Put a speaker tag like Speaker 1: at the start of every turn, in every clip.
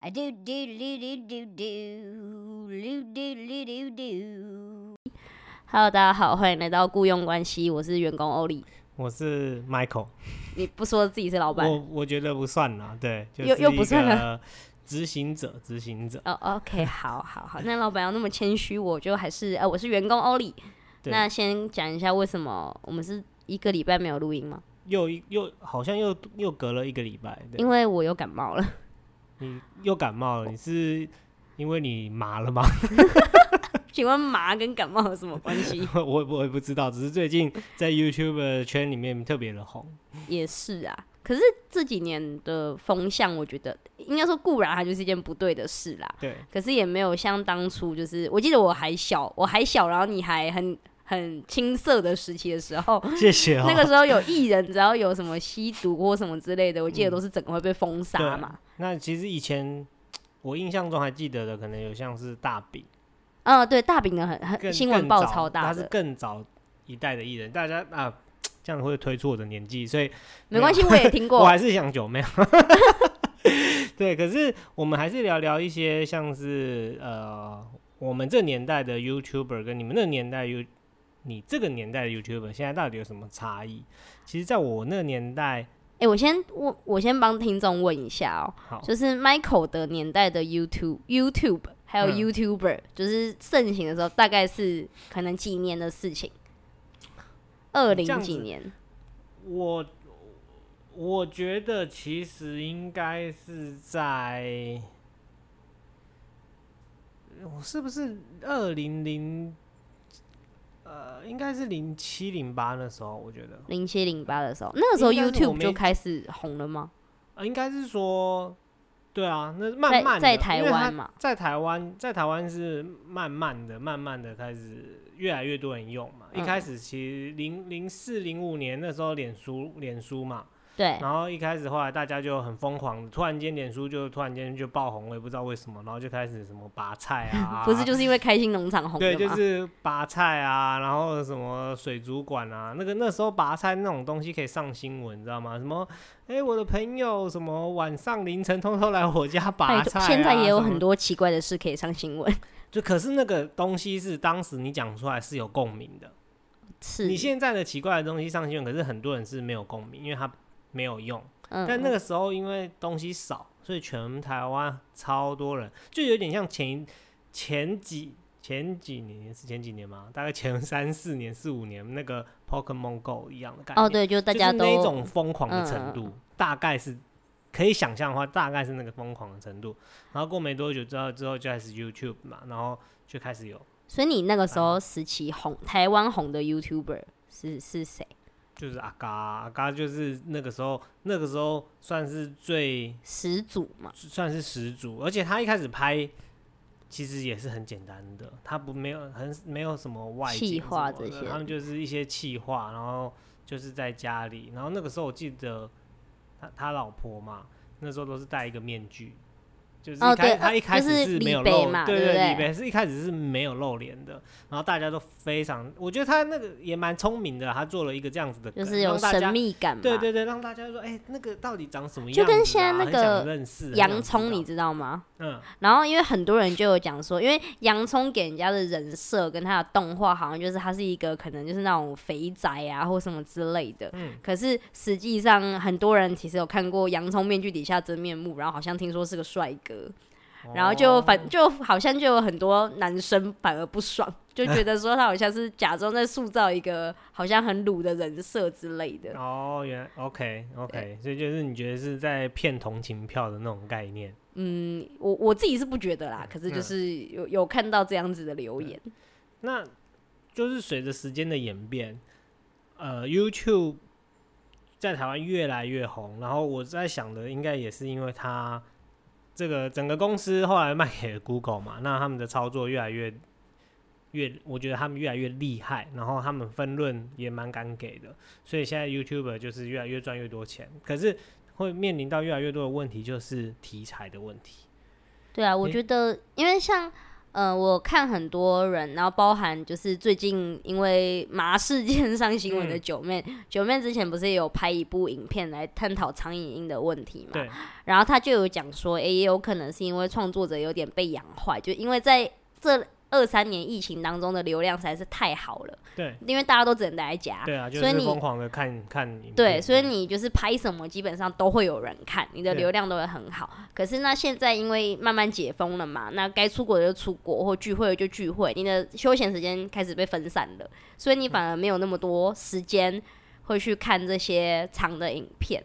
Speaker 1: 啊嘟嘟噜噜嘟嘟，噜嘟噜噜嘟。Hello，大家好，欢迎来到雇佣关系，我是员工欧丽。
Speaker 2: 我是 Michael，
Speaker 1: 你不说自己是老板？
Speaker 2: 我我觉得不算啦，对，就
Speaker 1: 又
Speaker 2: 是
Speaker 1: 又不
Speaker 2: 一
Speaker 1: 算
Speaker 2: 个执行者，执行者，
Speaker 1: 哦、o k 好好好，那老板要那么谦虚，我就还是呃，我是员工欧丽。
Speaker 2: 对
Speaker 1: 那先讲一下为什么我们是一个礼拜没有录音吗？
Speaker 2: 又一又好像又又隔了一个礼拜，对
Speaker 1: 因，为我又感冒了。
Speaker 2: 你又感冒了，你是因为你麻了吗？
Speaker 1: 请问麻跟感冒有什么关 系？
Speaker 2: 我我也不知道，只是最近在 YouTube 圈里面特别的红，
Speaker 1: 也是啊。可是这几年的风向，我觉得应该说固然它就是一件不对的事啦，
Speaker 2: 对，
Speaker 1: 可是也没有像当初，就是我记得我还小，我还小，然后你还很很青涩的时期的时候，
Speaker 2: 谢谢哦、
Speaker 1: 那个时候有艺人只要有什么吸毒或什么之类的，我记得都是整个会被封杀嘛。
Speaker 2: 那其实以前我印象中还记得的，可能有像是大饼，
Speaker 1: 嗯，对，大饼的很很
Speaker 2: 更
Speaker 1: 新闻
Speaker 2: 更
Speaker 1: 爆
Speaker 2: 早
Speaker 1: 超大
Speaker 2: 他是
Speaker 1: 的，
Speaker 2: 更早一代的艺人，大家啊。这样会推出我的年纪，所以
Speaker 1: 没关系，我也听
Speaker 2: 我
Speaker 1: 过。
Speaker 2: 还是想酒，没有。啊 对，可是我们还是聊聊一些像是呃，我们这年代的 YouTuber 跟你们那年代 You，你这个年代的 YouTuber 现在到底有什么差异？其实，在我那个年代，
Speaker 1: 哎、我先我我先帮听众问一下哦、
Speaker 2: 好，
Speaker 1: 就是 Michael 的年代的 YouTube、YouTube 还有
Speaker 2: 嗯
Speaker 1: YouTuber，、就是盛行的时候，大概是可能几年的事情，二
Speaker 2: 这
Speaker 1: 零
Speaker 2: 样
Speaker 1: 几
Speaker 2: 子
Speaker 1: 年。
Speaker 2: 我我觉得其实应该是在，我是不是二零零？呃，应该是零七零八那时候，我觉得。
Speaker 1: 零七零八的时候，那个时候
Speaker 2: 应该是我
Speaker 1: YouTube
Speaker 2: 没
Speaker 1: 就开始红了吗？
Speaker 2: 啊，应该是说，对啊，那慢
Speaker 1: 在
Speaker 2: 慢的
Speaker 1: 在台
Speaker 2: 因为它
Speaker 1: 湾嘛
Speaker 2: 在台湾，在台湾是慢慢的、慢慢的开始越来越多人用嘛。一
Speaker 1: 嗯
Speaker 2: 开始其实零零四零五年那时候，脸书脸书嘛，
Speaker 1: 对，
Speaker 2: 然后一开始后来大家就很疯狂，突然间脸书就突然间就爆红，我也不知道为什么，然后就开始什么拔菜啊，
Speaker 1: 不是就是因为开心农场红的
Speaker 2: 对，
Speaker 1: 吗？
Speaker 2: 就是拔菜啊，然后什么水族馆啊，那个那时候拔菜那种东西可以上新闻，你知道吗？什么，哎、我的朋友什么晚上凌晨偷偷来我家拔
Speaker 1: 拜
Speaker 2: 菜、
Speaker 1: 托
Speaker 2: 啊，
Speaker 1: 现在也有
Speaker 2: 什么
Speaker 1: 很，多奇怪的事可以上新闻。
Speaker 2: 就可是那个东西是当时你讲出来是有共鸣的，
Speaker 1: 是，
Speaker 2: 你现在的奇怪的东西上新闻，可是很多人是没有共鸣，因为它没有用。
Speaker 1: 嗯
Speaker 2: 但那
Speaker 1: 嗯
Speaker 2: 个时候因为东西少，所以全台湾超多人，就有点像前一前几前几年是前几年嘛，大概前三四年、四五年那个 Pokemon Go 一样的感觉。
Speaker 1: 哦，，对，就大家
Speaker 2: 就是那一
Speaker 1: 都
Speaker 2: 种疯狂的
Speaker 1: 嗯嗯
Speaker 2: 程度，大概是可以想象的话，大概是那个疯狂的程度。然后过没多久之后，之后就开始 YouTube 嘛，然后就开始有
Speaker 1: 所以你那个时
Speaker 2: 啊
Speaker 1: 候时期红台湾红的 YouTuber 是是谁？
Speaker 2: 就是阿嘎阿嘎，就是那个时候那个时候算是最
Speaker 1: 始祖嘛？
Speaker 2: 算是十足，而且他一开始拍其实也是很简单的，他不没有很没有什么外景
Speaker 1: 气
Speaker 2: 什
Speaker 1: 化
Speaker 2: 么
Speaker 1: 这
Speaker 2: 的
Speaker 1: 些
Speaker 2: 他们就是一些气化，然后就是在家里，然后那个时候我记得他他老婆嘛，那时候都是戴一个面具。就是
Speaker 1: 哦
Speaker 2: 一开、
Speaker 1: 对
Speaker 2: 他一开
Speaker 1: 就
Speaker 2: 始
Speaker 1: 是
Speaker 2: 是没有
Speaker 1: 李北
Speaker 2: 露，
Speaker 1: 嘛
Speaker 2: 对
Speaker 1: 对不
Speaker 2: 对，
Speaker 1: 对
Speaker 2: 李白是一开始是没有露脸的，然后大家都非常，我觉得他那个也蛮聪明的，他做了一个这样子的梗，
Speaker 1: 就是有
Speaker 2: 让大家
Speaker 1: 神秘感嗯嘛？
Speaker 2: 对对对，让大家说，哎、那个到底长什么样子
Speaker 1: 就
Speaker 2: 啊、
Speaker 1: 跟现在那
Speaker 2: 很
Speaker 1: 个
Speaker 2: 想认识
Speaker 1: 洋葱，你
Speaker 2: 很想知
Speaker 1: 知道吗？
Speaker 2: 道嗯，
Speaker 1: 然后因为很多人就有讲说，因为洋葱给人家的人设跟他的动画好像就是他是一个可能就是那种肥宅啊或什么之类的。
Speaker 2: 嗯
Speaker 1: 可是实际上，很多人其实有看过《洋葱面具》底下真面目，然后好像听说是个帅哥，然后就
Speaker 2: 哦
Speaker 1: 反就好像就有很多男生反而不 爽，就觉得说他好像是假装在塑造一个好像很鲁的人设之类的。
Speaker 2: 哦，原来 OK OK，所以就是你觉得是在骗同情票的那种概念。
Speaker 1: 嗯，我我自己是不觉得
Speaker 2: 嗯
Speaker 1: 啦，可是就是有有看到这样子的留言，
Speaker 2: 那就是随着时间的演变，呃，YouTube 在台湾越来越红，然后我在想的应该也是因为它这个整个公司后来卖给了 Google 嘛，那他们的操作越来越越，我觉得他们越来越厉害，然后他们分论也蛮敢给的，所以现在 YouTuber 就是越来越赚越多钱，可是会面临到越来越多的问题，就是题材的问题。
Speaker 1: 对啊，我
Speaker 2: 诶
Speaker 1: 觉得因为像呃，我看很多人，然后包含就是最近因为麻事件上新闻的
Speaker 2: 嗯
Speaker 1: 九妹，九妹之前不是也有拍一部影片来探讨苍蝇音的问题嘛？
Speaker 2: 对，
Speaker 1: 然后他就有讲说，诶、也有可能是因为创作者有点被养坏，就因为在这二三年疫情当中的流量实在是太好了，
Speaker 2: 对，
Speaker 1: 因为大家都只能待在家，
Speaker 2: 对啊，就
Speaker 1: 所以
Speaker 2: 是
Speaker 1: 你
Speaker 2: 疯狂的看看影
Speaker 1: 对，
Speaker 2: 片
Speaker 1: 所以你就是拍什么，基本上都会有人看，你的
Speaker 2: 对
Speaker 1: 流量都会很好。可是那现在因为慢慢解封了嘛，那该出国的就出国，或聚会的就聚会，你的休闲时间开始被分散了，所以你反而没有那么多时间会去看这些长的影片。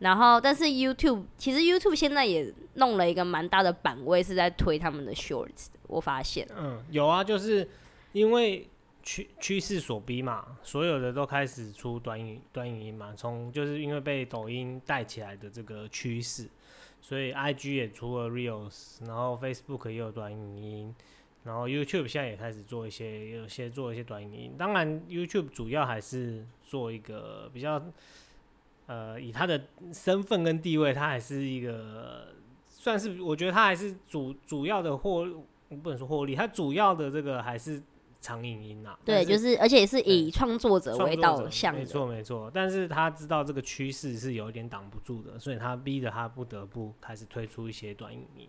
Speaker 1: 然后，但是 YouTube 其实 YouTube 现在也弄了一个蛮大的版位，是在推他们的 Shorts。我发现，
Speaker 2: 嗯，有啊，就是因为趋趋势所逼嘛，所有的都开始出短影短影音嘛，从就是因为被抖音带起来的这个趋势，所以 IG 也出了 Reels，然后 Facebook 也有短影音，然后 YouTube 现在也开始做一些有些做一些短影音，当然 YouTube 主要还是做一个比较。呃，以他的身份跟地位，他还是一个算是，我觉得他还是主主要的获我不能说获利，它主要的这个还是长影音啊。
Speaker 1: 对，就是是而且是以创作者
Speaker 2: 创
Speaker 1: 为
Speaker 2: 作者
Speaker 1: 导向
Speaker 2: 没
Speaker 1: 的，
Speaker 2: 错没错。但是他知道这个趋势是有一点挡不住的，所以他逼着他不得不开始推出一些短影音。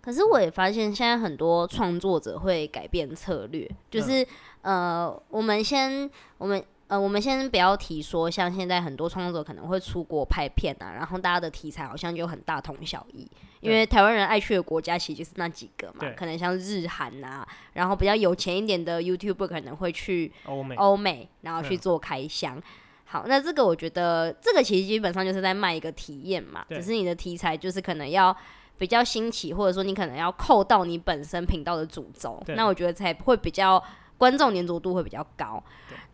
Speaker 1: 可是我也发现，现在很多创作者会改变策略，就是、呃，我们先我们呃，我们先不要提说，像现在很多创作者可能会出国拍片啊，然后大家的题材好像就很大同小异，因为台湾人爱去的国家其实就是那几个嘛
Speaker 2: 对，
Speaker 1: 可能像日韩啊，然后比较有钱一点的 YouTuber 可能会去
Speaker 2: 欧美，
Speaker 1: 欧美，然后去
Speaker 2: 嗯
Speaker 1: 做开箱。好，那这个我觉得这个其实基本上就是在卖一个体验嘛，
Speaker 2: 对
Speaker 1: 只是你的题材就是可能要比较新奇，或者说你可能要扣到你本身频道的主轴，
Speaker 2: 对
Speaker 1: 那我觉得才会比较观众粘着度会比较高。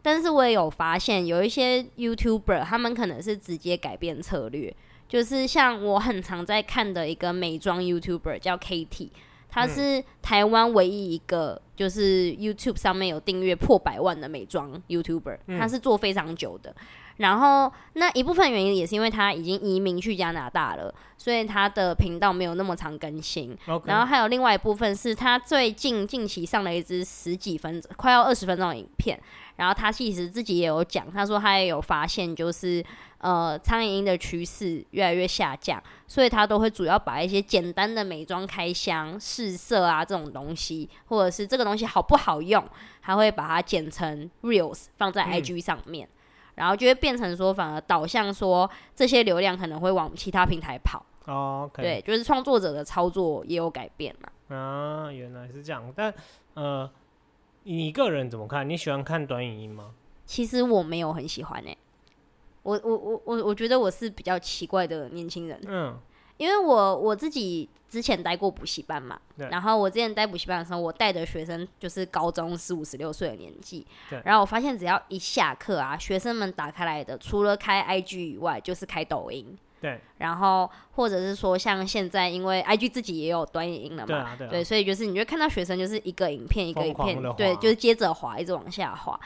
Speaker 1: 但是我也有发现有一些 YouTuber 他们可能是直接改变策略，就是像我很常在看的一个美妆 YouTuber 叫 Kitty。她是台湾唯一一个就是 YouTube 上面有订阅破百万的美妆 YouTuber，、
Speaker 2: 嗯
Speaker 1: 她是做非常久的。然后那一部分原因也是因为她已经移民去加拿大了，所以她的频道没有那么常更新。
Speaker 2: OK，
Speaker 1: 然后还有另外一部分是他最近近期上了一支十几分钟、快要二十分钟的影片，然后他其实自己也有讲，他说他也有发现，就是呃苍蝇音的趋势越来越下降，所以他都会主要把一些简单的美妆开箱、试色啊这种东西，或者是这个东西好不好用，还会把它剪成 reels 放在
Speaker 2: 嗯
Speaker 1: IG 上面。然后就会变成说，反而导向说这些流量可能会往其他平台跑，
Speaker 2: 哦，OK，
Speaker 1: 对，就是创作者的操作也有改变嘛。
Speaker 2: 啊，原来是这样。但呃，你个人怎么看？你喜欢看短影音吗？
Speaker 1: 其实我没有很喜欢诶、欸我我我我我觉得我是比较奇怪的年轻人，
Speaker 2: 嗯，
Speaker 1: 因为我我自己之前待过补习班嘛，
Speaker 2: 对
Speaker 1: 然后我之前待补习班的时候，我带的学生就是高中十五十六岁的年纪
Speaker 2: 对，
Speaker 1: 然后我发现只要一下课啊，学生们打开来的除了开 IG 以外，就是开抖音，
Speaker 2: 对，
Speaker 1: 然后或者是说像现在因为 IG 自己也有短影音了
Speaker 2: 对
Speaker 1: 嘛，
Speaker 2: 啊，对啊，
Speaker 1: 对，所以就是你就看到学生就是一个影片一个
Speaker 2: 疯
Speaker 1: 影
Speaker 2: 狂
Speaker 1: 片
Speaker 2: 地，
Speaker 1: 对，
Speaker 2: 滑
Speaker 1: 就是接着滑，一直往下滑。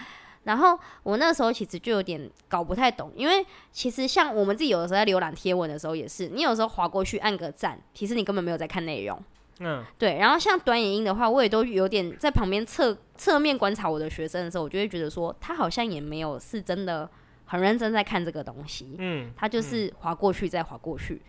Speaker 1: 然后我那时候其实就有点搞不太懂，因为其实像我们自己有的时候在浏览贴文的时候也是，你有时候划过去按个赞，其实你根本没有在看内容。
Speaker 2: 嗯，
Speaker 1: 对，然后像短影音的话，我也都有点在旁边侧侧面观察我的学生的时候，我就会觉得说他好像也没有是真的很认真在看这个东西。
Speaker 2: 嗯，
Speaker 1: 他就是划过去再划过去。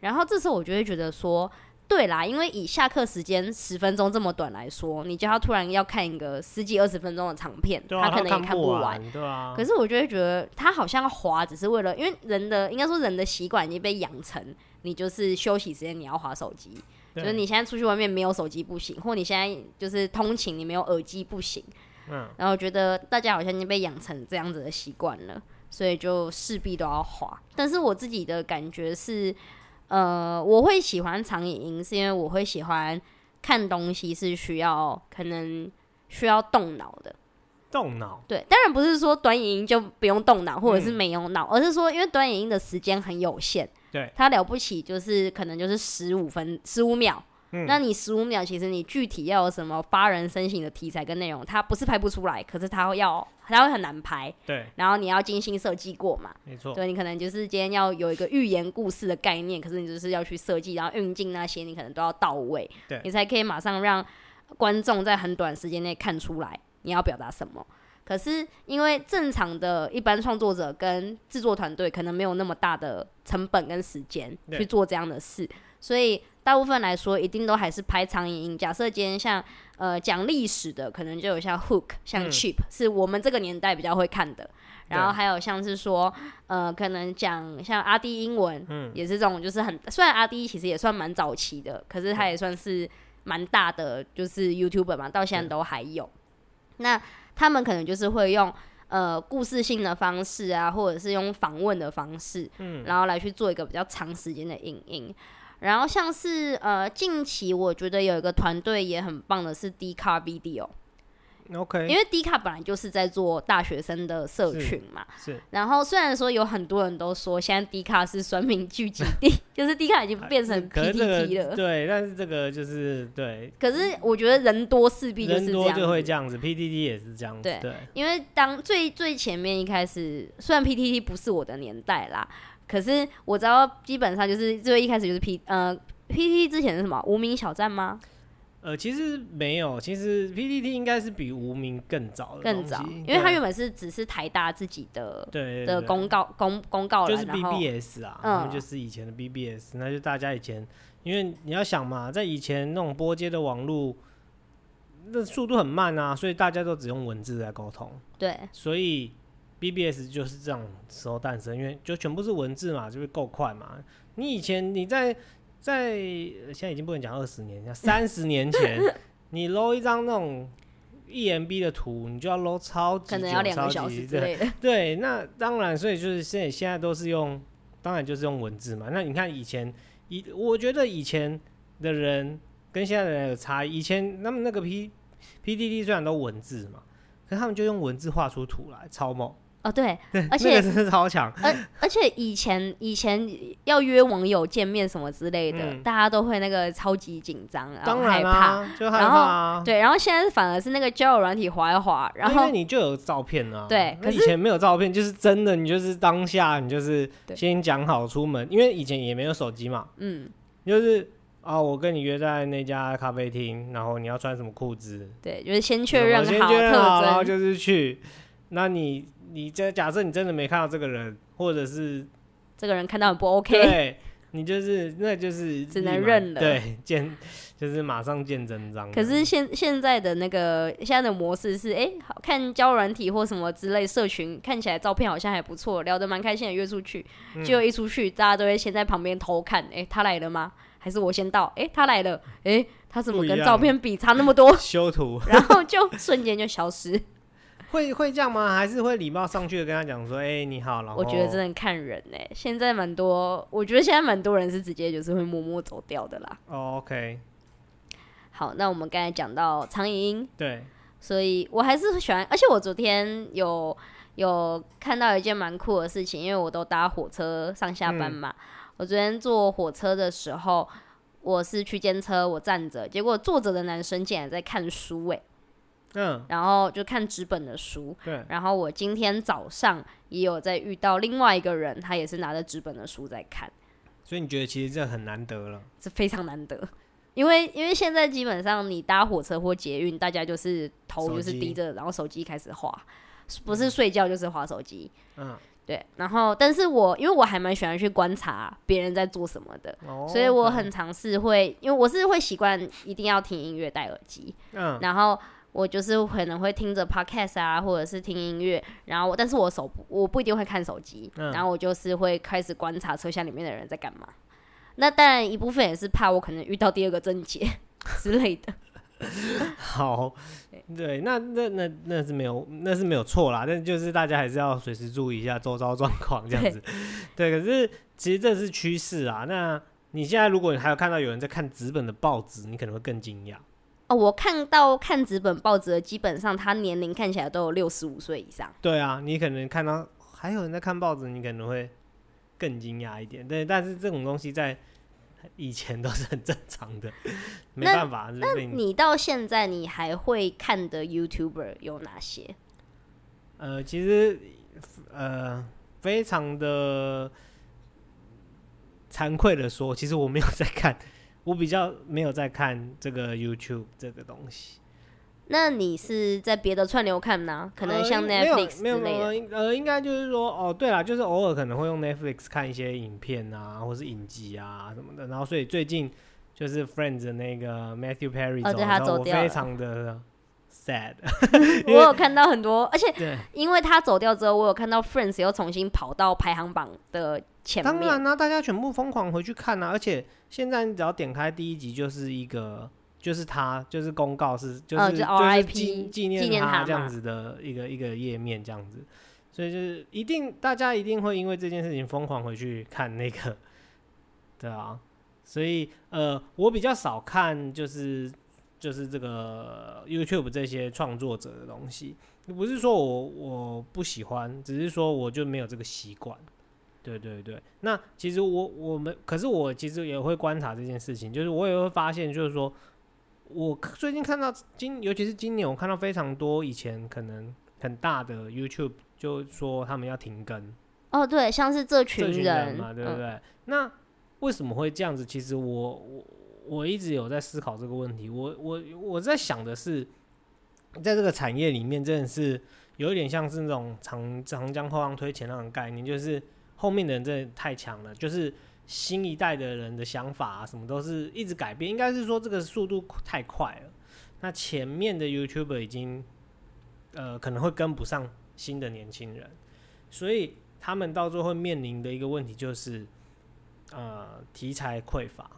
Speaker 1: 然后这时候我就会觉得说，对啦，因为以下课时间十分钟这么短来说，你叫他突然要看一个十几二十分钟的长片，
Speaker 2: 对啊，
Speaker 1: 可能也
Speaker 2: 看
Speaker 1: 不
Speaker 2: 完。，对啊。
Speaker 1: 可是我就会觉得他好像滑，只是为了因为人的应该说人的习惯已经被养成，你就是休息时间你要划手机，就
Speaker 2: 对
Speaker 1: 是你现在出去外面没有手机不行，或你现在就是通勤你没有耳机不行。
Speaker 2: 嗯，
Speaker 1: 然后觉得大家好像已经被养成这样子的习惯了，所以就势必都要滑。但是我自己的感觉是，呃，我会喜欢长影音，是因为我会喜欢看东西是需要可能需要动脑的。
Speaker 2: 动脑。
Speaker 1: 对，当然不是说短影音就不用动脑，或者是没有脑，而是说因为短影音的时间很有限，
Speaker 2: 对，
Speaker 1: 它了不起就是可能就是十五分十五秒。
Speaker 2: 嗯
Speaker 1: 那你十五秒，其实你具体要有什么发人深省的题材跟内容，它不是拍不出来，可是它会要它会很难拍，
Speaker 2: 对，
Speaker 1: 然后你要精心设计过嘛，
Speaker 2: 没错。
Speaker 1: 对你可能就是今天要有一个寓言故事的概念，可是你就是要去设计，然后运镜那些你可能都要到位
Speaker 2: 对，
Speaker 1: 你才可以马上让观众在很短时间内看出来你要表达什么。可是因为正常的一般创作者跟制作团队可能没有那么大的成本跟时间
Speaker 2: 对
Speaker 1: 去做这样的事，所以大部分来说一定都还是拍长影音。假设今天像呃讲历史的，可能就有像 Hook、像
Speaker 2: 嗯
Speaker 1: Cheap，、是我们这个年代比较会看的。然后
Speaker 2: 对
Speaker 1: 还有像是说，呃，可能讲像阿弟英文，
Speaker 2: 嗯
Speaker 1: 也是这种，就是很虽然阿弟其实也算蛮早期的，可是他也算是蛮大的，就是 YouTuber 嘛，到现在都还有。那他们可能就是会用呃故事性的方式啊，或者是用访问的方式，
Speaker 2: 嗯
Speaker 1: 然后来去做一个比较长时间的影音。然后像是呃近期我觉得有一个团队也很棒的是 D Car Video，因
Speaker 2: ，OK，
Speaker 1: 为 D Car 本来就是在做大学生的社
Speaker 2: 是
Speaker 1: 群嘛，
Speaker 2: 是
Speaker 1: 然后虽然说有很多人都说现在迪卡是酸民聚集地， 就是迪卡已经变成
Speaker 2: 可是这
Speaker 1: PTT
Speaker 2: 个
Speaker 1: 了。
Speaker 2: 对，但是这个就是对，
Speaker 1: 可是我觉得人多势必就是
Speaker 2: 人
Speaker 1: 这
Speaker 2: 多
Speaker 1: 样子，
Speaker 2: 就会这样子，PDD 也是这样子，
Speaker 1: 对
Speaker 2: 对，
Speaker 1: 因为当最最前面一开始，虽然 PTT 不是我的年代啦，可是我知道基本上就是最一开始就是 P 呃 PTT 之前是什么无名小站吗？
Speaker 2: 呃，其实没有，其实 PDD 应该是比无名更早的
Speaker 1: 更
Speaker 2: 呃东
Speaker 1: 早，
Speaker 2: 西
Speaker 1: 因为它
Speaker 2: 对
Speaker 1: 原本是只是台大自己的
Speaker 2: 对对
Speaker 1: 的
Speaker 2: 对
Speaker 1: 公告公公告
Speaker 2: 就
Speaker 1: 栏，
Speaker 2: 是
Speaker 1: 然后
Speaker 2: BBS 啊，他们
Speaker 1: 嗯
Speaker 2: 就是以前的 BBS，那就大家以前，因为你要想嘛，在以前那种拨接的网络，那速度很慢啊，所以大家都只用文字来沟通，
Speaker 1: 对
Speaker 2: 所以 BBS 就是这样时候诞生，因为就全部是文字嘛，就是够快嘛。你以前你在在呃现在已经不能讲二十年，像三十年前，你搂一张那种 EMB 的图，你就要搂超级
Speaker 1: 可
Speaker 2: 久，
Speaker 1: 能要两个
Speaker 2: 超
Speaker 1: 小
Speaker 2: 级
Speaker 1: 时之
Speaker 2: 对
Speaker 1: 类的，
Speaker 2: 对，那当然，所以就是现在现在都是用，当然就是用文字嘛。那你看以前以，我觉得以前的人跟现在的人有差异。以前他们那个 P P D D 虽然都文字嘛，可是他们就用文字画出图来，超猛，
Speaker 1: 哦 对，而
Speaker 2: 那
Speaker 1: 且哦
Speaker 2: 个真的超强。
Speaker 1: 而而且以前以前要约网友见面什么之类的，
Speaker 2: 嗯
Speaker 1: 大家都会那个超级紧张，然
Speaker 2: 当
Speaker 1: 后
Speaker 2: 然啊
Speaker 1: 害
Speaker 2: 啦、
Speaker 1: 怕。
Speaker 2: 就害
Speaker 1: 然
Speaker 2: 怕、
Speaker 1: 后
Speaker 2: 啊。
Speaker 1: 对，然后现在反而是那个交友软体滑一滑，然
Speaker 2: 那因
Speaker 1: 后
Speaker 2: 为你就有照片啊，
Speaker 1: 对
Speaker 2: 那
Speaker 1: 可
Speaker 2: 以
Speaker 1: 是
Speaker 2: 前没有照片，就是真的，你就是当下，你就是
Speaker 1: 对
Speaker 2: 先讲好出门，因为以前也没有手机嘛，
Speaker 1: 嗯，
Speaker 2: 就是啊，我跟你约在那家咖啡厅，然后你要穿什么裤子，
Speaker 1: 对，就是先确
Speaker 2: 我
Speaker 1: 认
Speaker 2: 先
Speaker 1: 好
Speaker 2: 确认好，然后
Speaker 1: 特征，
Speaker 2: 就是去。那你你这假设你真的没看到这个人，或者是
Speaker 1: 这个人看到很不 OK，
Speaker 2: 对你就是那就是
Speaker 1: 只能
Speaker 2: 立马
Speaker 1: 认了
Speaker 2: 对，见就是马上见真章 这
Speaker 1: 可
Speaker 2: 样。
Speaker 1: 是现现在的那个现在的模式是，哎、好看交友软体或什么之类社群，看起来照片好像还不错，聊得蛮开心的，约出去，
Speaker 2: 嗯
Speaker 1: 结果一出去，大家都会先在旁边偷看，哎、他来了吗？还是我先到？哎、他来了，哎、他怎么
Speaker 2: 不一
Speaker 1: 跟
Speaker 2: 样
Speaker 1: 照片比差那么 多？
Speaker 2: 修图
Speaker 1: 然后就瞬间就消 失。
Speaker 2: 会会这样吗？还是会礼貌上去的跟他讲说，哎、你好，然后
Speaker 1: 我觉得真的看人呢、现在蛮多，我觉得现在蛮多人是直接就是会默默走掉的啦。
Speaker 2: 哦，OK，
Speaker 1: 好，那我们刚才讲到苍蝇音，
Speaker 2: 对，
Speaker 1: 所以我还是喜欢，而且我昨天有有看到一件蛮酷的事情，因为我都搭火车上下班嘛。我昨天坐火车的时候，我是区间车，我站着，结果坐着的男生竟然在看书诶、
Speaker 2: 嗯，
Speaker 1: 然后就看纸本的书。
Speaker 2: 对，
Speaker 1: 然后我今天早上也有在遇到另外一个人，他也是拿着纸本的书在看，
Speaker 2: 所以你觉得其实这很难得了，
Speaker 1: 这非常难得。因为因为现在基本上你搭火车或捷运，大家就是头
Speaker 2: 手
Speaker 1: 就是
Speaker 2: 机
Speaker 1: 低着，然后手嗯机开始滑，不是睡觉就是滑手机。
Speaker 2: 嗯，
Speaker 1: 对，然后但是我因为我还蛮喜欢去观察别人在做什么的，
Speaker 2: 哦
Speaker 1: 所以我很尝试会，因为我是会习惯一定要听音乐戴耳机，
Speaker 2: 嗯，
Speaker 1: 然后我就是可能会听着 podcast 啊，或者是听音乐，然后我但是我手不我不一定会看手机，
Speaker 2: 嗯
Speaker 1: 然后我就是会开始观察车厢里面的人在干嘛。那当然一部分也是怕我可能遇到第二个症结 之类的，
Speaker 2: 好，对，那那那那是没有，那是没有错啦，但就是大家还是要随时注意一下周遭状况这样子。对，可是其实这是趋势啊。那你现在如果你还有看到有人在看纸本的报纸，你可能会更惊讶。
Speaker 1: 哦，我看到看纸本报纸的，基本上他年龄看起来都有六十五岁以上。
Speaker 2: 对啊，你可能看到还有人在看报纸，你可能会更惊讶一点。对，但是这种东西在以前都是很正常的，没
Speaker 1: 那
Speaker 2: 办法。那
Speaker 1: 你到现在你还会看的 YouTuber 有哪些？
Speaker 2: 呃，其实呃，非呃常的惭愧的说，其实我没有在看，我比较没有在看这个 YouTube 这个东西，
Speaker 1: 那你是在别的串流看呢？可能像
Speaker 2: 呃没有
Speaker 1: Netflix
Speaker 2: 没
Speaker 1: 之
Speaker 2: 有
Speaker 1: 类
Speaker 2: 没有
Speaker 1: 的。
Speaker 2: 应呃，应该就是说哦，对啦，就是偶尔可能会用 Netflix 看一些影片啊，或是影集啊什么的。然后所以最近就是 Friends 的那个 Matthew Perry
Speaker 1: 哦
Speaker 2: 走
Speaker 1: 对
Speaker 2: 的
Speaker 1: 他
Speaker 2: 时候，
Speaker 1: 走
Speaker 2: 我
Speaker 1: 掉了
Speaker 2: 非常的 sad，因
Speaker 1: 我
Speaker 2: 为
Speaker 1: 有看到很多，而且
Speaker 2: 对。
Speaker 1: 因为他走掉之后，我有看到 Friends 又重新跑到排行榜的前
Speaker 2: 当
Speaker 1: 面。
Speaker 2: 然啦、大家全部疯狂回去看啊！而且现在你只要点开第一集，就是一个，就是他，就是公告是，就是、
Speaker 1: 嗯就 RIP
Speaker 2: 纪纪
Speaker 1: 纪
Speaker 2: 念
Speaker 1: 念他
Speaker 2: 这样
Speaker 1: 嘛
Speaker 2: 子的一个一个页面这样子，所以就是一定大家一定会因为这件事情疯狂回去看那个， 对啊，所以呃，我比较少看就是就是这个 YouTube 这些创作者的东西，不是说我我不喜欢，只是说我就没有这个习惯。对对对，那其实我我们，可是我其实也会观察这件事情，就是我也会发现，就是说我最近看到今，尤其是今年，我看到非常多以前可能很大的 YouTube 就说他们要停更，
Speaker 1: 哦，对，像是这群
Speaker 2: 这群
Speaker 1: 人，
Speaker 2: 嘛，对不
Speaker 1: 嗯
Speaker 2: 对？那为什么会这样子？其实我我我一直有在思考这个问题。我我我在想的是，在这个产业里面，真的是有一点像是那种长长江后浪推前浪的概念，就是后面的人真的太强了，就是新一代的人的想法啊，什么都是一直改变。应该是说这个速度太快了，那前面的 YouTuber 已经呃可能会跟不上新的年轻人，所以他们到最后会面临的一个问题就是，呃，题材匮乏，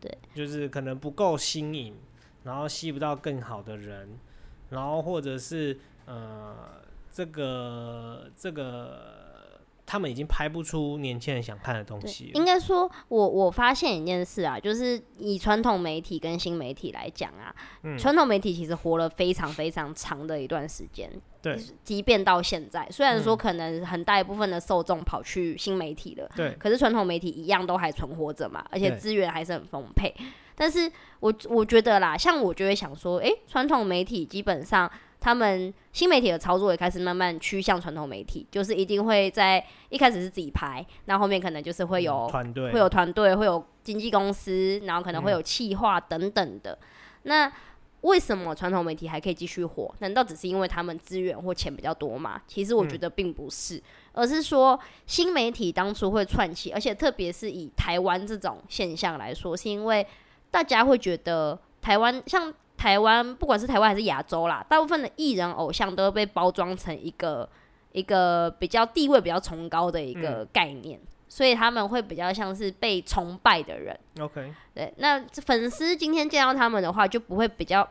Speaker 1: 对，
Speaker 2: 就是可能不够新颖，然后吸不到更好的人，然后或者是呃，这个这个他们已经拍不出年轻人想看的东
Speaker 1: 对
Speaker 2: 西了，
Speaker 1: 应该说我我发现一件事啊，就是以传统媒体跟新媒体来讲啊，
Speaker 2: 嗯
Speaker 1: 传、统媒体其实活了非常非常长的一段时间，
Speaker 2: 对
Speaker 1: 即便到现在，虽然说
Speaker 2: 嗯
Speaker 1: 可能很大一部分的受众跑去新媒体了，
Speaker 2: 对
Speaker 1: 可是传统媒体一样都还存活着嘛，而且
Speaker 2: 对
Speaker 1: 资源还是很丰沛。但是我我觉得啦，像我就会想说，诶、传统媒体基本上他们新媒体的操作也开始慢慢趋向传统媒体，就是一定会在一开始是自己拍，那后面可能就是会有
Speaker 2: 嗯团队
Speaker 1: 会有团队，会有经纪公司，然后可能会
Speaker 2: 嗯
Speaker 1: 有企划等等的。那为什么传统媒体还可以继续火？难道只是因为他们资源或钱比较多吗？其实我觉得并不是，而是说新媒体当初会串起，而且特别是以台湾这种现象来说，是因为大家会觉得台湾像台湾，不管是台湾还是亚洲啦，大部分的艺人偶像都会被包装成一个一个比较地位比较崇高的一个概念，所以他们会比较像是被崇拜的人。
Speaker 2: OK，
Speaker 1: 对，那粉丝今天见到他们的话，就不会比较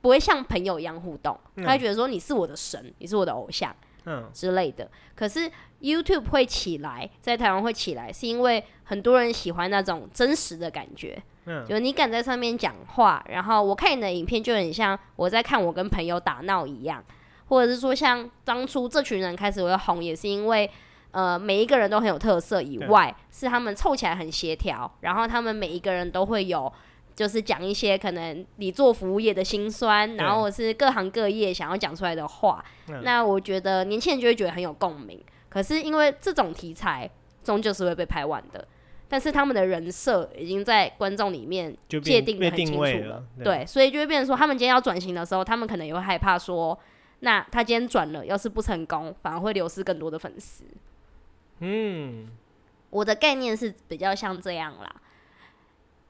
Speaker 1: 不会像朋友一样互动，
Speaker 2: 嗯
Speaker 1: 他会觉得说你是我的神，你是我的偶像
Speaker 2: 嗯
Speaker 1: 之类的。可是 YouTube 会起来，在台湾会起来，是因为很多人喜欢那种真实的感觉，
Speaker 2: 嗯，
Speaker 1: 就你敢在上面讲话，然后我看你的影片就很像我在看我跟朋友打闹一样，或者是说像当初这群人开始会红，也是因为呃每一个人都很有特色以外，是他们凑起来很协调，然后他们每一个人都会有。就是讲一些可能你做服务业的辛酸，然后我是各行各业想要讲出来的话，
Speaker 2: 嗯
Speaker 1: 那我觉得年轻人就会觉得很有共鸣。可是因为这种题材终究是会被拍完的，但是他们的人设已经在观众里面
Speaker 2: 就
Speaker 1: 界
Speaker 2: 变
Speaker 1: 定的
Speaker 2: 被
Speaker 1: 很清
Speaker 2: 定
Speaker 1: 楚
Speaker 2: 位
Speaker 1: 了，
Speaker 2: 对。
Speaker 1: 对，所以就会变成说，他们今天要转型的时候，他们可能也会害怕说，那他今天转了，要是不成功，反而会流失更多的粉丝。
Speaker 2: 嗯，
Speaker 1: 我的概念是比较像这样啦，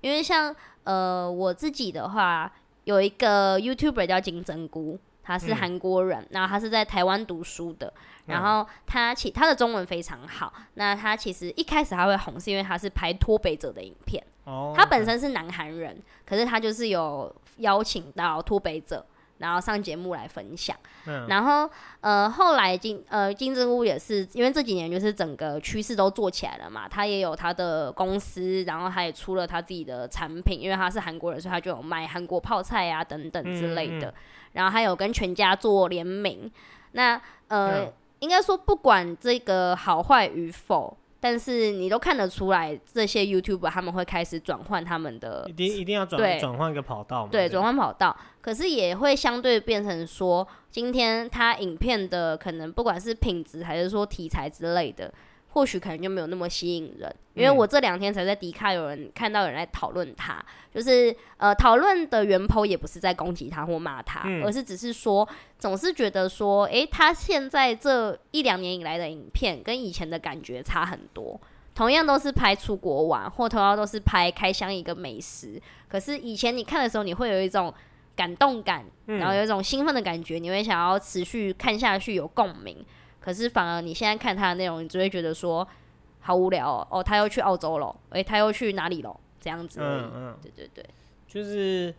Speaker 1: 因为像呃我自己的话，有一个 YouTuber 叫金针菇，他是
Speaker 2: 嗯
Speaker 1: 韩国人，然后他是在台湾读书的，然后他其他的中文非常好。那他其实一开始他会红，是因为他是拍脱北者的影片。
Speaker 2: 哦，
Speaker 1: 他本身是南韩人，可是他就是有邀请到脱北者，然后上节目来分享。
Speaker 2: 嗯
Speaker 1: 然后呃，后来金呃金针菇也是因为这几年就是整个趋势都做起来了嘛，他也有他的公司，然后他也出了他自己的产品，因为他是韩国人，所以他就有卖韩国泡菜啊等等之类的。
Speaker 2: 嗯
Speaker 1: 然后还有跟全家做联名。那呃，
Speaker 2: 嗯
Speaker 1: 应该说不管这个好坏与否。但是你都看得出来，这些 YouTuber 他们会开始转换他们的
Speaker 2: 一定一定要
Speaker 1: 对
Speaker 2: 转转换一个跑道嘛，
Speaker 1: 对，
Speaker 2: 对，
Speaker 1: 转换跑道，可是也会相对变成说，今天它影片的可能不管是品质还是说题材之类的，或许可能就没有那么吸引人。
Speaker 2: 嗯
Speaker 1: 因为我这两天才在迪卡有人看到有人在讨论他，就是呃讨论的原 po 也不是在攻击他或骂他，
Speaker 2: 嗯
Speaker 1: 而是只是说总是觉得说，诶、他现在这一两年以来的影片跟以前的感觉差很多。同样都是拍出国玩，或同样都是拍开箱一个美食，可是以前你看的时候，你会有一种感动感，
Speaker 2: 嗯
Speaker 1: 然后有一种兴奋的感觉，你会想要持续看下去，有共鸣。可是反而你现在看他的内容，你只会觉得说好无聊哦，哦他又去澳洲了，诶、他又去哪里了，这样子而已。
Speaker 2: 嗯嗯，
Speaker 1: 对对对，
Speaker 2: 就是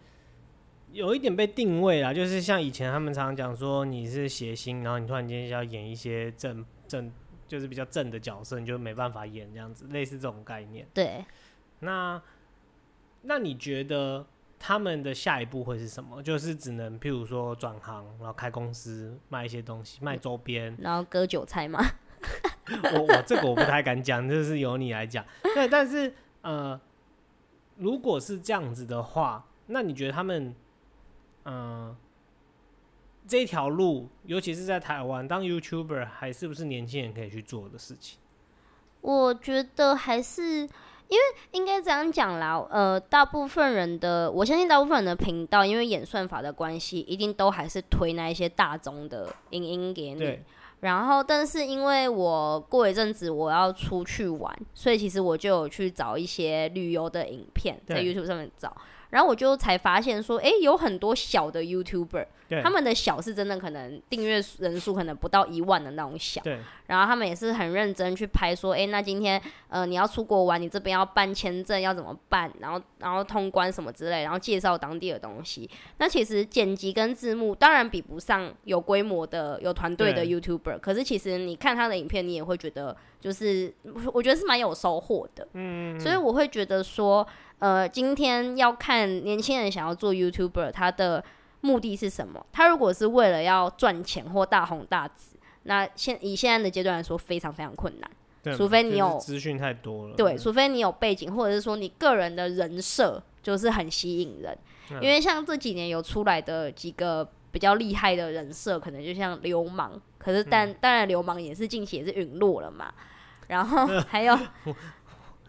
Speaker 2: 有一点被定位啦，就是像以前他们常常讲说你是谐星，然后你突然间要演一些正正就是比较正的角色，你就没办法演这样子，类似这种概念。
Speaker 1: 对，
Speaker 2: 那那你觉得他们的下一步会是什么？就是只能譬如说转行，然后开公司卖一些东西，卖周边。
Speaker 1: 然后割韭菜嘛，
Speaker 2: 我我这个我不太敢讲，就是由你来讲。对，但是呃，如果是这样子的话，那你觉得他们嗯、呃这一条路，尤其是在台湾当 YouTuber，还是不是年轻人可以去做的事情？
Speaker 1: 我觉得还是因为应该这样讲啦，呃，大部分人的我相信大部分人的频道，因为演算法的关系，一定都还是推那一些大众的影音给你
Speaker 2: 对。，
Speaker 1: 然后，但是因为我过一阵子我要出去玩，所以其实我就有去找一些旅游的影片，在
Speaker 2: 对
Speaker 1: YouTube 上面找。然后我就才发现说，诶，有很多小的 YouTuber，
Speaker 2: 对，
Speaker 1: 他们的小是真的可能订阅人数可能不到一万的那种小。
Speaker 2: 对，
Speaker 1: 然后他们也是很认真去拍，说，哎诶，那今天呃你要出国玩，你这边要办签证要怎么办，然后然后通关什么之类，然后介绍当地的东西。那其实剪辑跟字幕当然比不上有规模的、有团队的
Speaker 2: 对
Speaker 1: YouTuber，可是其实你看他的影片，你也会觉得就是我觉得是蛮有收获的。
Speaker 2: 嗯，
Speaker 1: 所以我会觉得说，呃，今天要看年轻人想要做 YouTuber，他的目的是什么？他如果是为了要赚钱或大红大紫，那现以现在的阶段来说，非常非常困难。
Speaker 2: 对
Speaker 1: 除非你
Speaker 2: 就是
Speaker 1: 有
Speaker 2: 资讯太多了，
Speaker 1: 对，
Speaker 2: 嗯
Speaker 1: 除非你有背景，或者是说你个人的人设就是很吸引人。
Speaker 2: 嗯
Speaker 1: 因为像这几年有出来的几个比较厉害的人设，可能就像流氓，可是但、
Speaker 2: 嗯
Speaker 1: 当然流氓也是近期也是陨落了嘛。然 后还有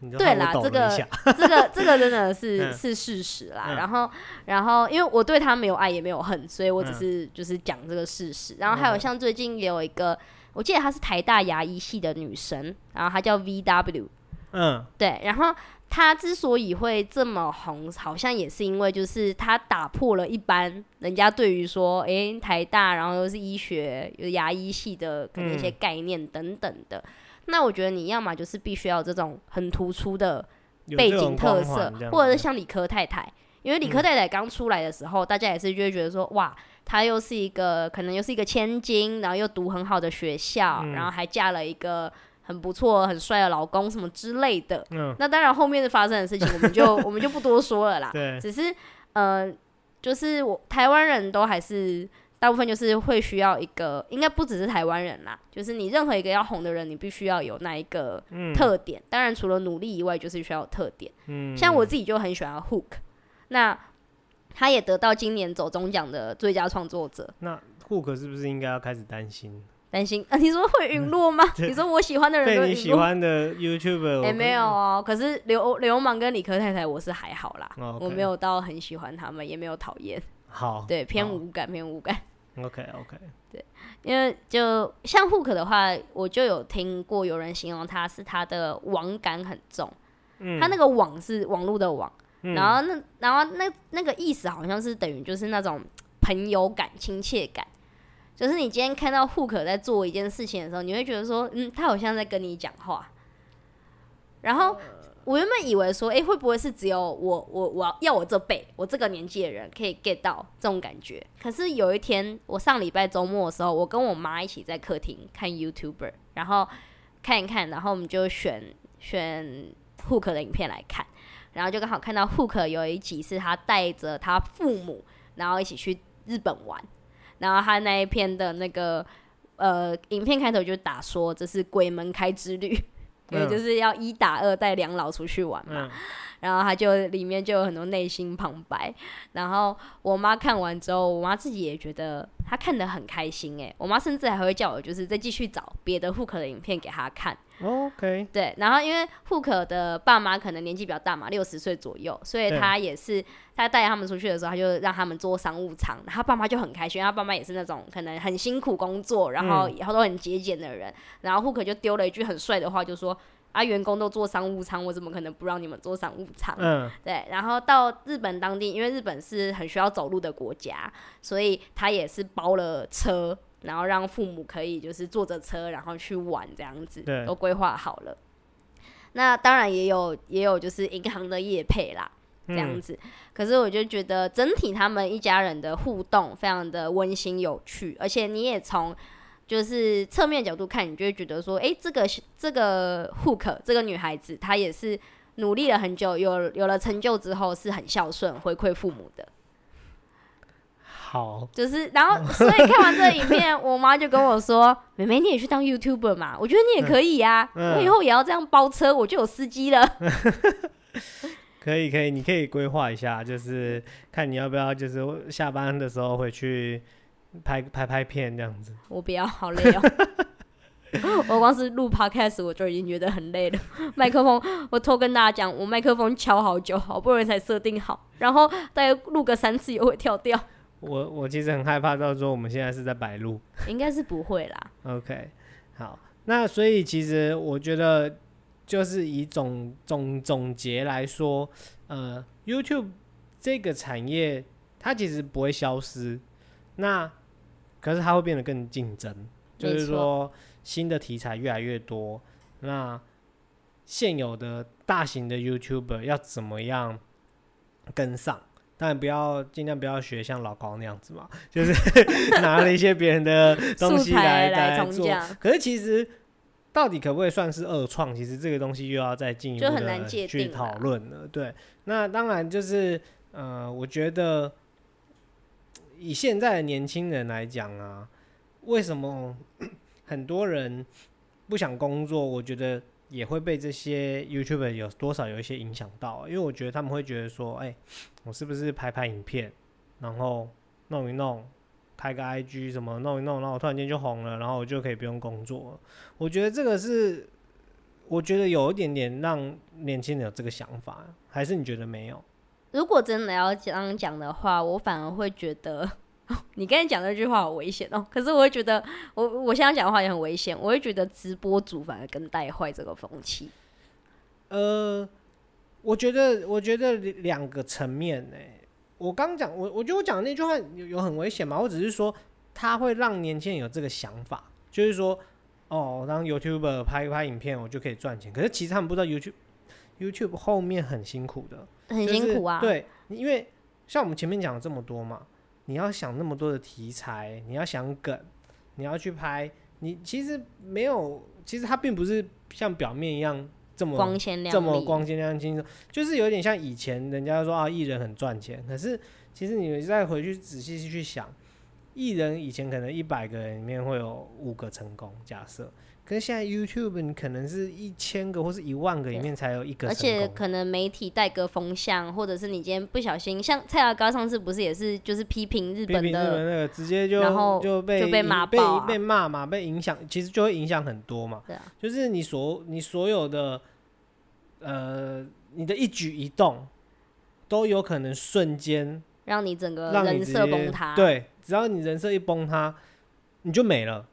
Speaker 2: 你就
Speaker 1: 对
Speaker 2: 害我
Speaker 1: 啦
Speaker 2: 抖
Speaker 1: 这
Speaker 2: 了
Speaker 1: 个
Speaker 2: 一下
Speaker 1: 这 个这个真的是
Speaker 2: 嗯
Speaker 1: 是事实啦。
Speaker 2: 嗯
Speaker 1: 然后，然后因为我对他没有爱也没有恨，所以我只
Speaker 2: 嗯
Speaker 1: 是就是讲这个事实。然后还有
Speaker 2: 嗯
Speaker 1: 像最近也有一个，我记得她是台大牙医系的女生，然后她叫 VW，
Speaker 2: 嗯，
Speaker 1: 对，然后她之所以会这么红，好像也是因为就是她打破了一般人家对于说，诶、台大，然后又是医学，有牙医系的可能一些
Speaker 2: 嗯
Speaker 1: 概念等等的。那我觉得你要么就是必须要有这种很突出的
Speaker 2: 有
Speaker 1: 背
Speaker 2: 这
Speaker 1: 景
Speaker 2: 种
Speaker 1: 特
Speaker 2: 光环
Speaker 1: 色
Speaker 2: 这，样嗯
Speaker 1: 或者是
Speaker 2: 子
Speaker 1: 像理科太太，因为理科太太刚出来的时候，大家也是就会觉得说，哇，她又是一个可能又是一个千金，然后又读很好的学校，
Speaker 2: 嗯
Speaker 1: 然后还嫁了一个很不错、很帅的老公什么之类的。
Speaker 2: 嗯，
Speaker 1: 那当然，后面的发生的事情，我们就我们就不多说了啦。
Speaker 2: 对，
Speaker 1: 只是，呃，就是我台湾人都还是大部分就是会需要一个，应该不只是台湾人啦，就是你任何一个要红的人，你必须要有那一个
Speaker 2: 嗯
Speaker 1: 特点。当然，除了努力以外，就是需要有特点。
Speaker 2: 嗯
Speaker 1: 像我自己就很喜欢 Hook，那他也得到今年走中奖的最佳创作者。
Speaker 2: 那 Hook 是不是应该要开始 担心？
Speaker 1: 担心啊？你说会陨落吗？
Speaker 2: 对
Speaker 1: 你说我喜欢的人都
Speaker 2: 被
Speaker 1: 会
Speaker 2: 你
Speaker 1: 陨
Speaker 2: 喜
Speaker 1: 落？
Speaker 2: 欢的 YouTuber，我
Speaker 1: 哎、
Speaker 2: 跟
Speaker 1: 没有哦。可是流流氓跟理科太太，我是还好啦
Speaker 2: 哦，OK
Speaker 1: 我没有到很喜欢他们，也没有讨厌，
Speaker 2: 好，
Speaker 1: 对，偏无感，偏无感。
Speaker 2: OK OK，
Speaker 1: 因为就像 Hook 的话，我就有听过有人形容他是他的网感很重，
Speaker 2: 嗯，
Speaker 1: 他那个网是网络的网。
Speaker 2: 嗯
Speaker 1: 然后那然后那那个意思好像是等于就是那种朋友感、亲切感，就是你今天看到 Hook 在做一件事情的时候，你会觉得说，嗯，他好像在跟你讲话。然后
Speaker 2: 呃
Speaker 1: 我原本以为说，诶，会不会是只有我我我要要我这辈我这个年纪的人可以 get 到这种感觉？可是有一天，我上礼拜周末的时候，我跟我妈一起在客厅看 YouTuber，然后看一看，然后我们就选选 Hook 的影片来看。然后就刚好看到 Hook 有一集是他带着他父母，然后一起去日本玩，然后他那一篇的那个呃影片开头就打说这是鬼门开之旅， 因为
Speaker 2: 嗯
Speaker 1: 就是要一打二带两老出去玩嘛，
Speaker 2: 嗯
Speaker 1: 然后他就里面就有很多内心旁白，然后我妈看完之后，我妈自己也觉得欸她看得很开心诶、我妈甚至还会叫我就是再继续找别的 Hook 的影片给她看，
Speaker 2: 哦 OK，
Speaker 1: 对，然后因为 Hook 的爸妈可能年纪比较大嘛，六十岁左右，所以
Speaker 2: 对
Speaker 1: 他也是他带他们出去的时候，他就让他们做商务舱，然后他爸妈就很开心，因为他爸妈也是那种可能很辛苦工作，然后
Speaker 2: 嗯
Speaker 1: 以后都很节俭的人，然后 Hook 就丢了一句很帅的话，就说。啊，员工都做商务舱，我怎么可能不让你们做商务舱？
Speaker 2: 嗯，
Speaker 1: 对，然后到日本当地，因为日本是很需要走路的国家，所以他也是包了车，然后让父母可以就是坐着车，然后去玩这样子
Speaker 2: 对，
Speaker 1: 都规划好了。那当然也有也有就是银行的业配啦，这样
Speaker 2: 嗯
Speaker 1: 子。可是我就觉得整体他们一家人的互动非常的温馨有趣，而且你也从就是侧面角度看，你就会觉得说，诶，这个这个 Hook 这个女孩子，她也是努力了很久，有有了成就之后是很孝顺回馈父母的。
Speaker 2: 好，
Speaker 1: 就是，然 后，所以看完这个影片，我妈就跟我说：“妹妹，你也去当 YouTuber 嘛？我觉得你也可以呀、
Speaker 2: 嗯嗯
Speaker 1: 我以后也要这样包车，我就有司机了。”
Speaker 2: 可以可以，你可以规划一下，就是看你要不要，就是下班的时候回去拍拍拍片这样子。
Speaker 1: 我不要，好累哦。 我光是录 podcast 我就已经觉得很累了。 麦克风，我偷跟大家讲，我麦克风敲好久，好不容易才设定好，然后大概录个三次又会跳掉，
Speaker 2: 我我其实很害怕，到时候我们现在是在白录。
Speaker 1: 应该是不会啦。
Speaker 2: OK，好，那所以其实我觉得，就是以总总总结来说，呃，YouTube 这个产业它其实不会消失，那可是它会变得更竞争，就
Speaker 1: 没
Speaker 2: 是
Speaker 1: 错
Speaker 2: 说新的题材越来越多，那现有的大型的 YouTuber 要怎么样跟上？当然不要，尽量不要学像老高那样子嘛，就是 拿了一些别人的 东
Speaker 1: 素
Speaker 2: 西
Speaker 1: 材
Speaker 2: 来
Speaker 1: 重
Speaker 2: 做。
Speaker 1: 讲，
Speaker 2: 可是其实到底可不可以算是二创？其实这个东西又要再进一步
Speaker 1: 就很难
Speaker 2: 的
Speaker 1: 界
Speaker 2: 去
Speaker 1: 定啦
Speaker 2: 讨论了。对，那当然就是呃，我觉得以现在的年轻人来讲啊，为什么 很多人不想工作？我觉得也会被这些 YouTuber 有多少有一些影响到，啊因为我觉得他们会觉得说，哎、我是不是拍拍影片，然后弄一弄，开个 IG 什么弄一弄，然后我突然间就红了，然后我就可以不用工作了。我觉得这个是，我觉得有一点点让年轻人有这个想法，还是你觉得没有？
Speaker 1: 如果真的要这样讲的话，我反而会觉得。哦你刚才讲那句话好危险哦，可是我会觉得，我我现在讲的话也很危险，我会觉得直播主反而更带坏这个风气。
Speaker 2: 呃，我觉得，我觉得两个层面呢、我刚讲，我我觉得我讲的那句话有有很危险嘛？我只是说，它会让年轻人有这个想法，就是说，哦，当 YouTuber 拍一拍影片，我就可以赚钱。可是其实他们不知道 YouTube YouTube 后面很辛苦的，
Speaker 1: 很
Speaker 2: 就
Speaker 1: 辛
Speaker 2: 是
Speaker 1: 苦啊，
Speaker 2: 对，你因为像我们前面讲了这么多嘛，你要想那么多的题材，你要想梗，你要去拍，你其实没有，其实它并不是像表面一样这么
Speaker 1: 光鲜亮丽，
Speaker 2: 这么光鲜亮丽轻松，就是有点像以前人家说啊，艺人很赚钱，可是其实你再回去仔细去想，艺人以前可能一百个人里面会有五个成功，假设，可是现在 YouTube 你可能是一千个或是一万个里
Speaker 1: 对
Speaker 2: 面才有一个
Speaker 1: 而
Speaker 2: 成
Speaker 1: 且
Speaker 2: 功。
Speaker 1: 可能媒体带个风向，或者是你今天不小心，像蔡阿高上次不是也是就是批评日
Speaker 2: 批
Speaker 1: 本
Speaker 2: 评日
Speaker 1: 的，
Speaker 2: 本那个直接就
Speaker 1: 然后
Speaker 2: 就被
Speaker 1: 就被
Speaker 2: 影
Speaker 1: 骂
Speaker 2: 被
Speaker 1: 爆啊
Speaker 2: 被骂嘛，被影响，其实就会影响很多嘛。
Speaker 1: 对啊，
Speaker 2: 就是你所你所有的，呃，你的一举一动，都有可能瞬间
Speaker 1: 让你整个
Speaker 2: 让你
Speaker 1: 呃人
Speaker 2: 直
Speaker 1: 设
Speaker 2: 接
Speaker 1: 崩塌。，
Speaker 2: 对，只要你人设一崩塌，你就没了。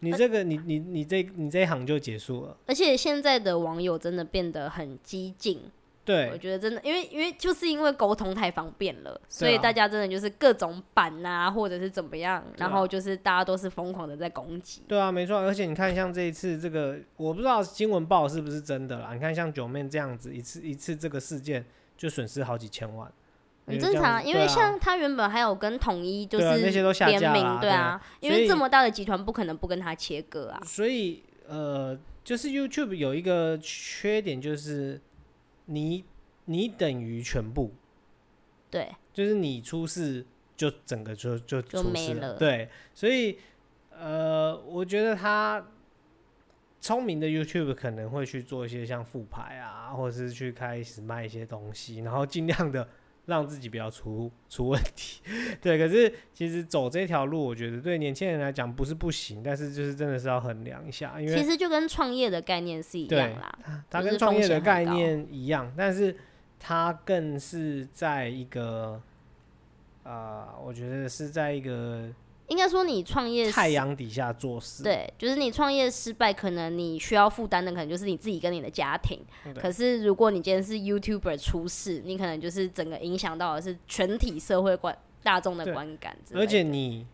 Speaker 2: 你这个，你你你这你这一行就结束了。
Speaker 1: 而且现在的网友真的变得很激进，我
Speaker 2: 对，
Speaker 1: 觉得真的，因为因为就是因为沟通太方便了，所
Speaker 2: 对
Speaker 1: 以
Speaker 2: 啊
Speaker 1: 大家真的就是各种版啊，或者是怎么样，
Speaker 2: 对啊
Speaker 1: 然后就是大家都是疯狂的在攻击。
Speaker 2: 对啊，没错。而且你看，像这一次这个，我不知道新闻报是不是真的啦。你看，像九妹这样子，一次一次这个事件就损失好几千万，
Speaker 1: 很
Speaker 2: 你
Speaker 1: 正
Speaker 2: 这样
Speaker 1: 常啊，
Speaker 2: 子
Speaker 1: 因为
Speaker 2: 对啊
Speaker 1: 像他原本还有跟统一就
Speaker 2: 对啊
Speaker 1: 是
Speaker 2: 那些都下
Speaker 1: 联
Speaker 2: 架
Speaker 1: 名，
Speaker 2: 啦
Speaker 1: 对
Speaker 2: 对啊
Speaker 1: 啊，因为
Speaker 2: 所
Speaker 1: 这
Speaker 2: 以
Speaker 1: 么大的集团不可能不跟他切割啊。
Speaker 2: 所以呃，就是 YouTube 有一个缺点，就是你你等于全部，
Speaker 1: 对，
Speaker 2: 就是你出事就整个就就
Speaker 1: 就
Speaker 2: 出
Speaker 1: 没
Speaker 2: 事
Speaker 1: 了
Speaker 2: 对，所以呃，我觉得他聪明的 YouTube 可能会去做一些像复牌啊，或者是去开始卖一些东西，然后尽量的让自己不要出出问题。 对，可是其实走这条路，我觉得对年轻人来讲不是不行，但是就是真的是要衡量一下，因
Speaker 1: 其
Speaker 2: 为
Speaker 1: 实就跟创业的概念是一
Speaker 2: 对
Speaker 1: 样啦，
Speaker 2: 它
Speaker 1: 就
Speaker 2: 跟
Speaker 1: 是
Speaker 2: 创
Speaker 1: 风
Speaker 2: 业的
Speaker 1: 险很
Speaker 2: 概
Speaker 1: 高
Speaker 2: 念一样，但是它更是在一个。啊、我觉得是在一个
Speaker 1: 应该说你创业
Speaker 2: 太
Speaker 1: 失
Speaker 2: 阳底下做事，
Speaker 1: 对，就是你创业失败，可能你需要负担的可能就是你自己跟你的家庭。
Speaker 2: 对
Speaker 1: 可是如果你今天是 YouTuber 出事，你可能就是整个影响到的是全体社会观大众的
Speaker 2: 对
Speaker 1: 观感之类的。
Speaker 2: 而且你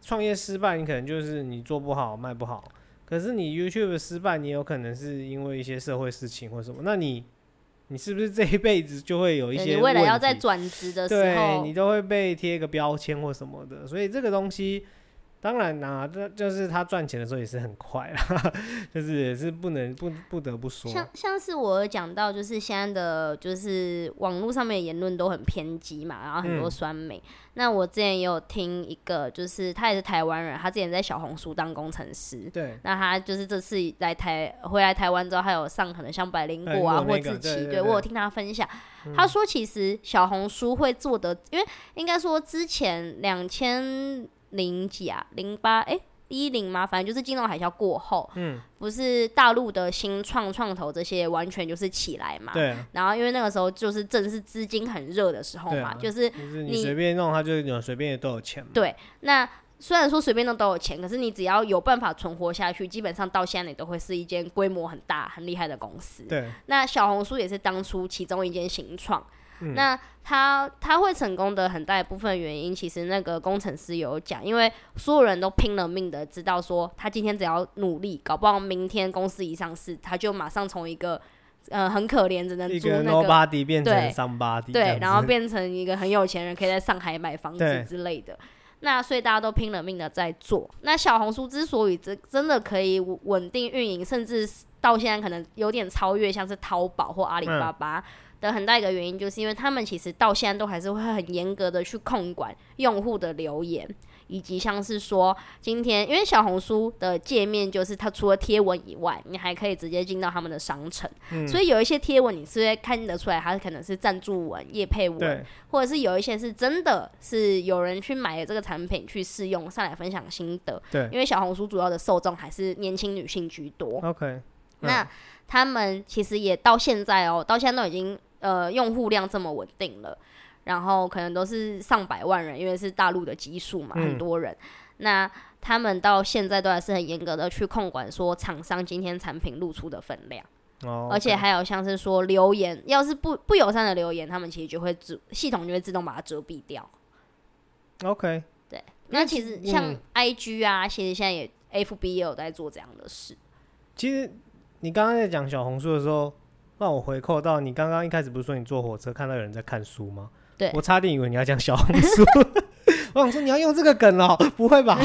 Speaker 2: 创业失败，你可能就是你做不好、卖不好。可是你 YouTube 失败，你有可能是因为一些社会事情或什么。那你你是不是这一辈子就会有一
Speaker 1: 对
Speaker 2: 些
Speaker 1: 你未来要
Speaker 2: 问题
Speaker 1: 在转职的时
Speaker 2: 对
Speaker 1: 候
Speaker 2: 你，都会被贴个标签或什么的？所以这个东西，当然啦、这就是他赚钱的时候也是很快啦， 就是也是不能不不得不说。
Speaker 1: 像像是我有讲到，就是现在的就是网络上面的言论都很偏激嘛，然后很多
Speaker 2: 嗯
Speaker 1: 酸民。那我之前也有听一个，就是他也是台湾人，他之前在小红书当工程师，
Speaker 2: 对，
Speaker 1: 那他就是这次来台回来台湾之后，还有上可能像百灵果啊
Speaker 2: 百灵果
Speaker 1: 或
Speaker 2: 哎那个
Speaker 1: 志奇，
Speaker 2: 对对嗯对
Speaker 1: 我有听他分享，他说其实小红书会做的，因为应该说之前两千零几啊零八哎。一零嘛，反正就是金融海啸过后，
Speaker 2: 嗯，
Speaker 1: 不是大陆的新创创投这些完全就是起来嘛。
Speaker 2: 对啊，
Speaker 1: 然后因为那个时候就是正是资金很热的时候
Speaker 2: 对
Speaker 1: 嘛，
Speaker 2: 啊
Speaker 1: 就是
Speaker 2: 就是
Speaker 1: 你
Speaker 2: 你随便弄，他就有随便都有钱嘛。
Speaker 1: 对那虽然说随便弄都有钱，可是你只要有办法存活下去，基本上到现在你都会是一间规模很大、很厉害的公司。
Speaker 2: 对，
Speaker 1: 那小红书也是当初其中一间新创。
Speaker 2: 嗯
Speaker 1: 那它它会成功的很大一部分原因，其实那个工程师有讲，因为所有人都拼了命的知道说，他今天只要努力，搞不好明天公司一上市，他就马上从一个呃很可怜只能
Speaker 2: 一
Speaker 1: 租
Speaker 2: 个
Speaker 1: 那个
Speaker 2: nobody 变成
Speaker 1: 对
Speaker 2: somebody，这样
Speaker 1: 对，
Speaker 2: 子
Speaker 1: 然后变成一个很有钱人，可以在上海买房子
Speaker 2: 对
Speaker 1: 之类的。那所以大家都拼了命的在做。那小红书之所以真真的可以稳稳定运营，甚至是到现在可能有点超越像是淘宝或阿里
Speaker 2: 嗯
Speaker 1: 巴巴的很大一个原因，就是因为他们其实到现在都还是会很严格的去控管用户的留言，以及像是说今天因为小红书的界面就是它除了贴文以外，你还可以直接进到他们的商城。
Speaker 2: 嗯
Speaker 1: 所以有一些贴文你是会看得出来，它可能是赞助文、业配文，
Speaker 2: 对，
Speaker 1: 或者是有一些是真的是有人去买了这个产品去试用，上来分享心得。
Speaker 2: 对
Speaker 1: 因为小红书主要的受众还是年轻女性居多，
Speaker 2: OK，
Speaker 1: 那他们其实也到现在哦，到现在都已经呃用户量这么稳定了，然后可能都是上百万人，因为是大陆的基数嘛，
Speaker 2: 嗯
Speaker 1: 很多人。那他们到现在都还是很严格的去控管，说厂商今天产品露出的分量。
Speaker 2: 哦，
Speaker 1: 而且还有像是说留言，要是不不友善的留言，他们其实就会自系统就会自动把它遮蔽掉。
Speaker 2: OK，
Speaker 1: 那其实像
Speaker 2: 嗯
Speaker 1: I G 啊，其实现在也 F B 也有在做这样的事。
Speaker 2: 其实你刚刚在讲小红书的时候，让我回扣到你刚刚一开始不是说你坐火车看到有人在看书吗？
Speaker 1: 对
Speaker 2: 我差点以为你要讲小红 书，我想说你要用这个梗哦，不会吧？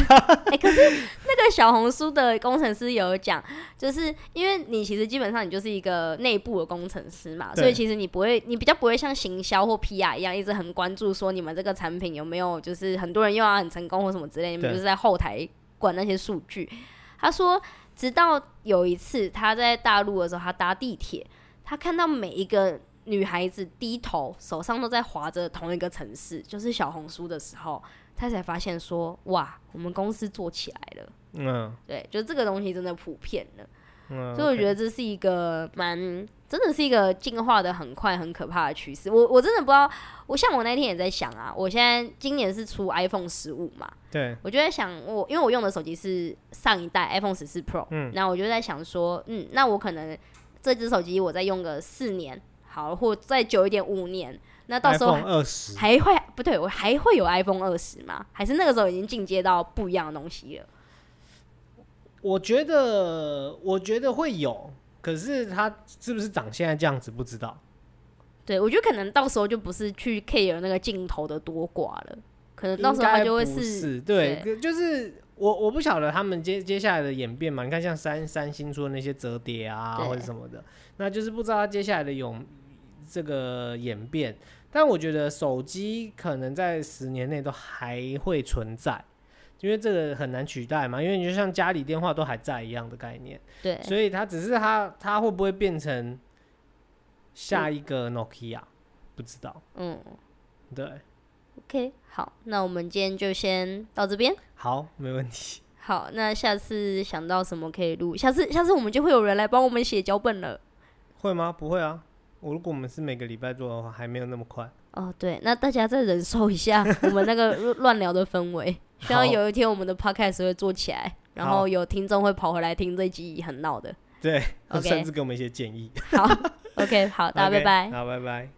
Speaker 1: 哎、可是那个小红书的工程师有讲，就是因为你其实基本上你就是一个内部的工程师嘛，
Speaker 2: 对
Speaker 1: 所以其实你不会，你比较不会像行销或 PR 一样一直很关注说你们这个产品有没有就是很多人用啊很成功或什么之类，你们
Speaker 2: 对
Speaker 1: 就是在后台管那些数据。他说，直到有一次他在大陆的时候，他搭地铁，他看到每一个。女孩子低头，手上都在划着同一个城市，就是小红书的时候，他才发现说，哇，我们公司做起来了。
Speaker 2: 嗯
Speaker 1: 对，就这个东西真的普遍了，
Speaker 2: 嗯，
Speaker 1: 所以我觉
Speaker 2: 得
Speaker 1: 得这是一个蛮，真的是一个进化的很快、很可怕的趋势。我我真的不知道，我像我那天也在想啊，我现在今年是出 iPhone 十五嘛，
Speaker 2: 对，
Speaker 1: 我就在想我，因为我用的手机是上一代 iPhone 十四 Pro，
Speaker 2: 嗯
Speaker 1: 那我就在想说，嗯，那我可能这只手机我再用个四年，好，或再久一点五年，那到时候
Speaker 2: iPhone 二十，
Speaker 1: 还会不对，我还会有 iPhone 二十吗？还是那个时候已经进阶到不一样的东西了？
Speaker 2: 我觉得我觉得会有，可是它是不是长现在这样子不知道。
Speaker 1: 对，我觉得可能到时候就不是去 care 那个镜头的多寡了，可能
Speaker 2: 应
Speaker 1: 呃到时候它
Speaker 2: 该
Speaker 1: 就会
Speaker 2: 不
Speaker 1: 是
Speaker 2: 是对，可就是我我不晓得他们接接下来的演变嘛。你看像三三星说的那些折叠啊
Speaker 1: 对
Speaker 2: 或者什么的，那就是不知道它接下来的有这个演变。但我觉得手机可能在十年内都还会存在，因为这个很难取代嘛。因为你就像家里电话都还在一样的概念，
Speaker 1: 对
Speaker 2: 所以它只是它它会不会变成下一个 Nokia、不知道。
Speaker 1: 嗯，
Speaker 2: 对，
Speaker 1: OK，好，那我们今天就先到这边。
Speaker 2: 好，没问题。
Speaker 1: 好，那下次想到什么可以录，下次下次我们就会有人来帮我们写脚本了。
Speaker 2: 会吗？不会啊。我如果我们是每个礼拜做的话，还没有那么快。
Speaker 1: 哦，对，那大家再忍受一 下我们那个乱乱聊的氛围。希望
Speaker 2: 好
Speaker 1: 有一天我们的 podcast 会做起来，然
Speaker 2: 好
Speaker 1: 后有听众会跑回来听这集很闹的。
Speaker 2: 对
Speaker 1: OK
Speaker 2: 甚至给我们一些建议。
Speaker 1: 好，OK，好，大家拜 拜。
Speaker 2: OK，好，拜拜。